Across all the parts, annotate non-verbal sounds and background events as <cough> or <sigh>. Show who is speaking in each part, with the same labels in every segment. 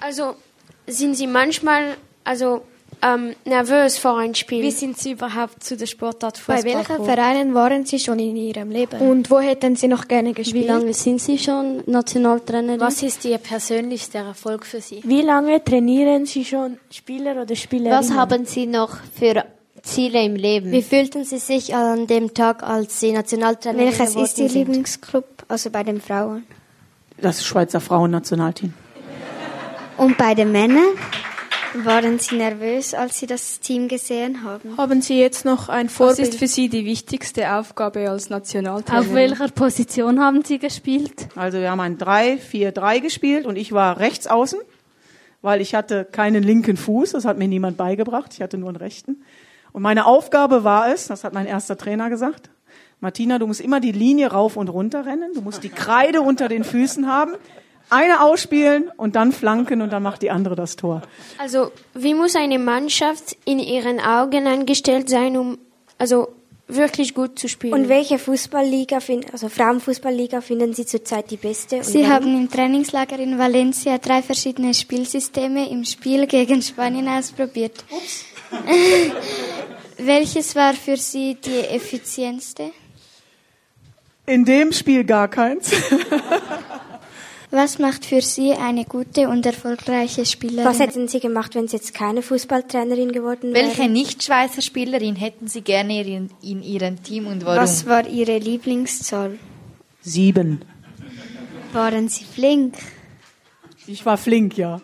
Speaker 1: Also sind Sie manchmal also ähm, nervös vor einem
Speaker 2: Wie
Speaker 1: Spiel?
Speaker 2: sind Sie überhaupt zu der Sportart
Speaker 3: Bei
Speaker 2: Fußball
Speaker 3: welchen
Speaker 2: gekommen?
Speaker 3: Vereinen waren Sie schon in Ihrem Leben? Und wo hätten Sie noch gerne gespielt?
Speaker 4: Wie lange sind Sie schon Nationaltrainerin?
Speaker 5: Was ist Ihr persönlichster Erfolg für Sie?
Speaker 6: Wie lange trainieren Sie schon Spieler oder Spielerinnen?
Speaker 7: Was haben Sie noch für Ziele im Leben?
Speaker 8: Wie fühlten Sie sich an dem Tag, als Sie Nationaltrainerin
Speaker 3: Welches
Speaker 8: geworden
Speaker 3: ist Ihr
Speaker 8: sind?
Speaker 3: Lieblingsclub, also bei den Frauen?
Speaker 9: Das Schweizer Frauennationalteam.
Speaker 3: Und bei den Männern? Waren Sie nervös, als Sie das Team gesehen haben?
Speaker 10: Haben Sie jetzt noch ein
Speaker 11: Was
Speaker 10: Vorbild?
Speaker 11: ist für Sie die wichtigste Aufgabe als Nationaltrainerin?
Speaker 4: Auf welcher Position haben Sie gespielt?
Speaker 9: Also wir haben ein 3-4-3 gespielt und ich war rechts außen, weil ich hatte keinen linken Fuß, das hat mir niemand beigebracht, ich hatte nur einen rechten. Und meine Aufgabe war es, das hat mein erster Trainer gesagt, Martina, du musst immer die Linie rauf und runter rennen, du musst die Kreide unter den Füßen haben, eine ausspielen und dann flanken und dann macht die andere das Tor.
Speaker 1: Also wie muss eine Mannschaft in Ihren Augen angestellt sein, um also wirklich gut zu spielen?
Speaker 8: Und welche Fußballliga, find, also Frauenfußballliga, finden Sie zurzeit die beste? Und
Speaker 12: Sie
Speaker 8: warum?
Speaker 12: haben im Trainingslager in Valencia drei verschiedene Spielsysteme im Spiel gegen Spanien ausprobiert. <laughs> Welches war für Sie die effizienteste?
Speaker 9: In dem Spiel gar keins.
Speaker 12: Was macht für Sie eine gute und erfolgreiche Spielerin?
Speaker 8: was hätten Sie gemacht, wenn Sie jetzt keine Fußballtrainerin geworden wären?
Speaker 13: Welche Nicht-Schweizer Spielerin hätten Sie gerne in, in Ihrem Team und warum?
Speaker 3: Was war Ihre Lieblingszahl?
Speaker 9: Sieben.
Speaker 3: Waren Sie flink?
Speaker 9: Ich war flink, ja.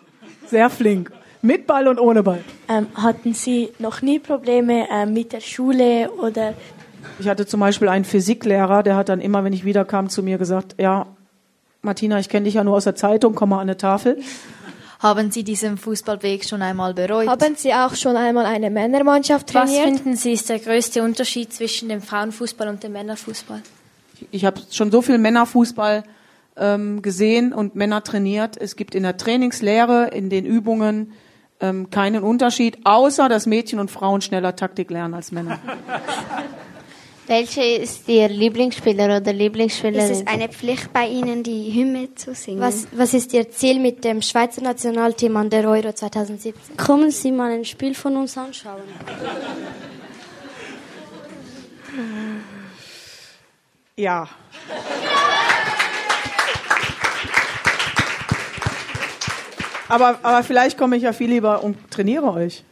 Speaker 9: Sehr flink. Mit Ball und ohne Ball.
Speaker 6: Ähm, hatten Sie noch nie Probleme ähm, mit der Schule oder
Speaker 9: Ich hatte zum Beispiel einen Physiklehrer, der hat dann immer, wenn ich wiederkam, zu mir gesagt, ja, Martina, ich kenne dich ja nur aus der Zeitung, komm mal an eine Tafel.
Speaker 5: Haben Sie diesen Fußballweg schon einmal bereut?
Speaker 3: Haben Sie auch schon einmal eine Männermannschaft
Speaker 2: Was
Speaker 3: trainiert?
Speaker 2: finden Sie ist der größte Unterschied zwischen dem Frauenfußball und dem Männerfußball?
Speaker 9: Ich habe schon so viel Männerfußball ähm, gesehen und Männer trainiert. Es gibt in der Trainingslehre, in den Übungen ähm, keinen Unterschied, außer dass Mädchen und Frauen schneller Taktik lernen als Männer.
Speaker 4: Welche ist Ihr Lieblingsspieler oder
Speaker 8: Äh,
Speaker 4: Lieblingsspielerin?
Speaker 3: Ist es eine Pflicht bei Ihnen, die Hymne zu singen?
Speaker 8: Was, was ist Ihr Ziel mit dem Schweizer Nationalteam an der Euro 2017?
Speaker 4: Kommen Sie mal ein Spiel von uns anschauen.
Speaker 9: Ja. Aber, aber vielleicht komme ich ja viel lieber und trainiere euch.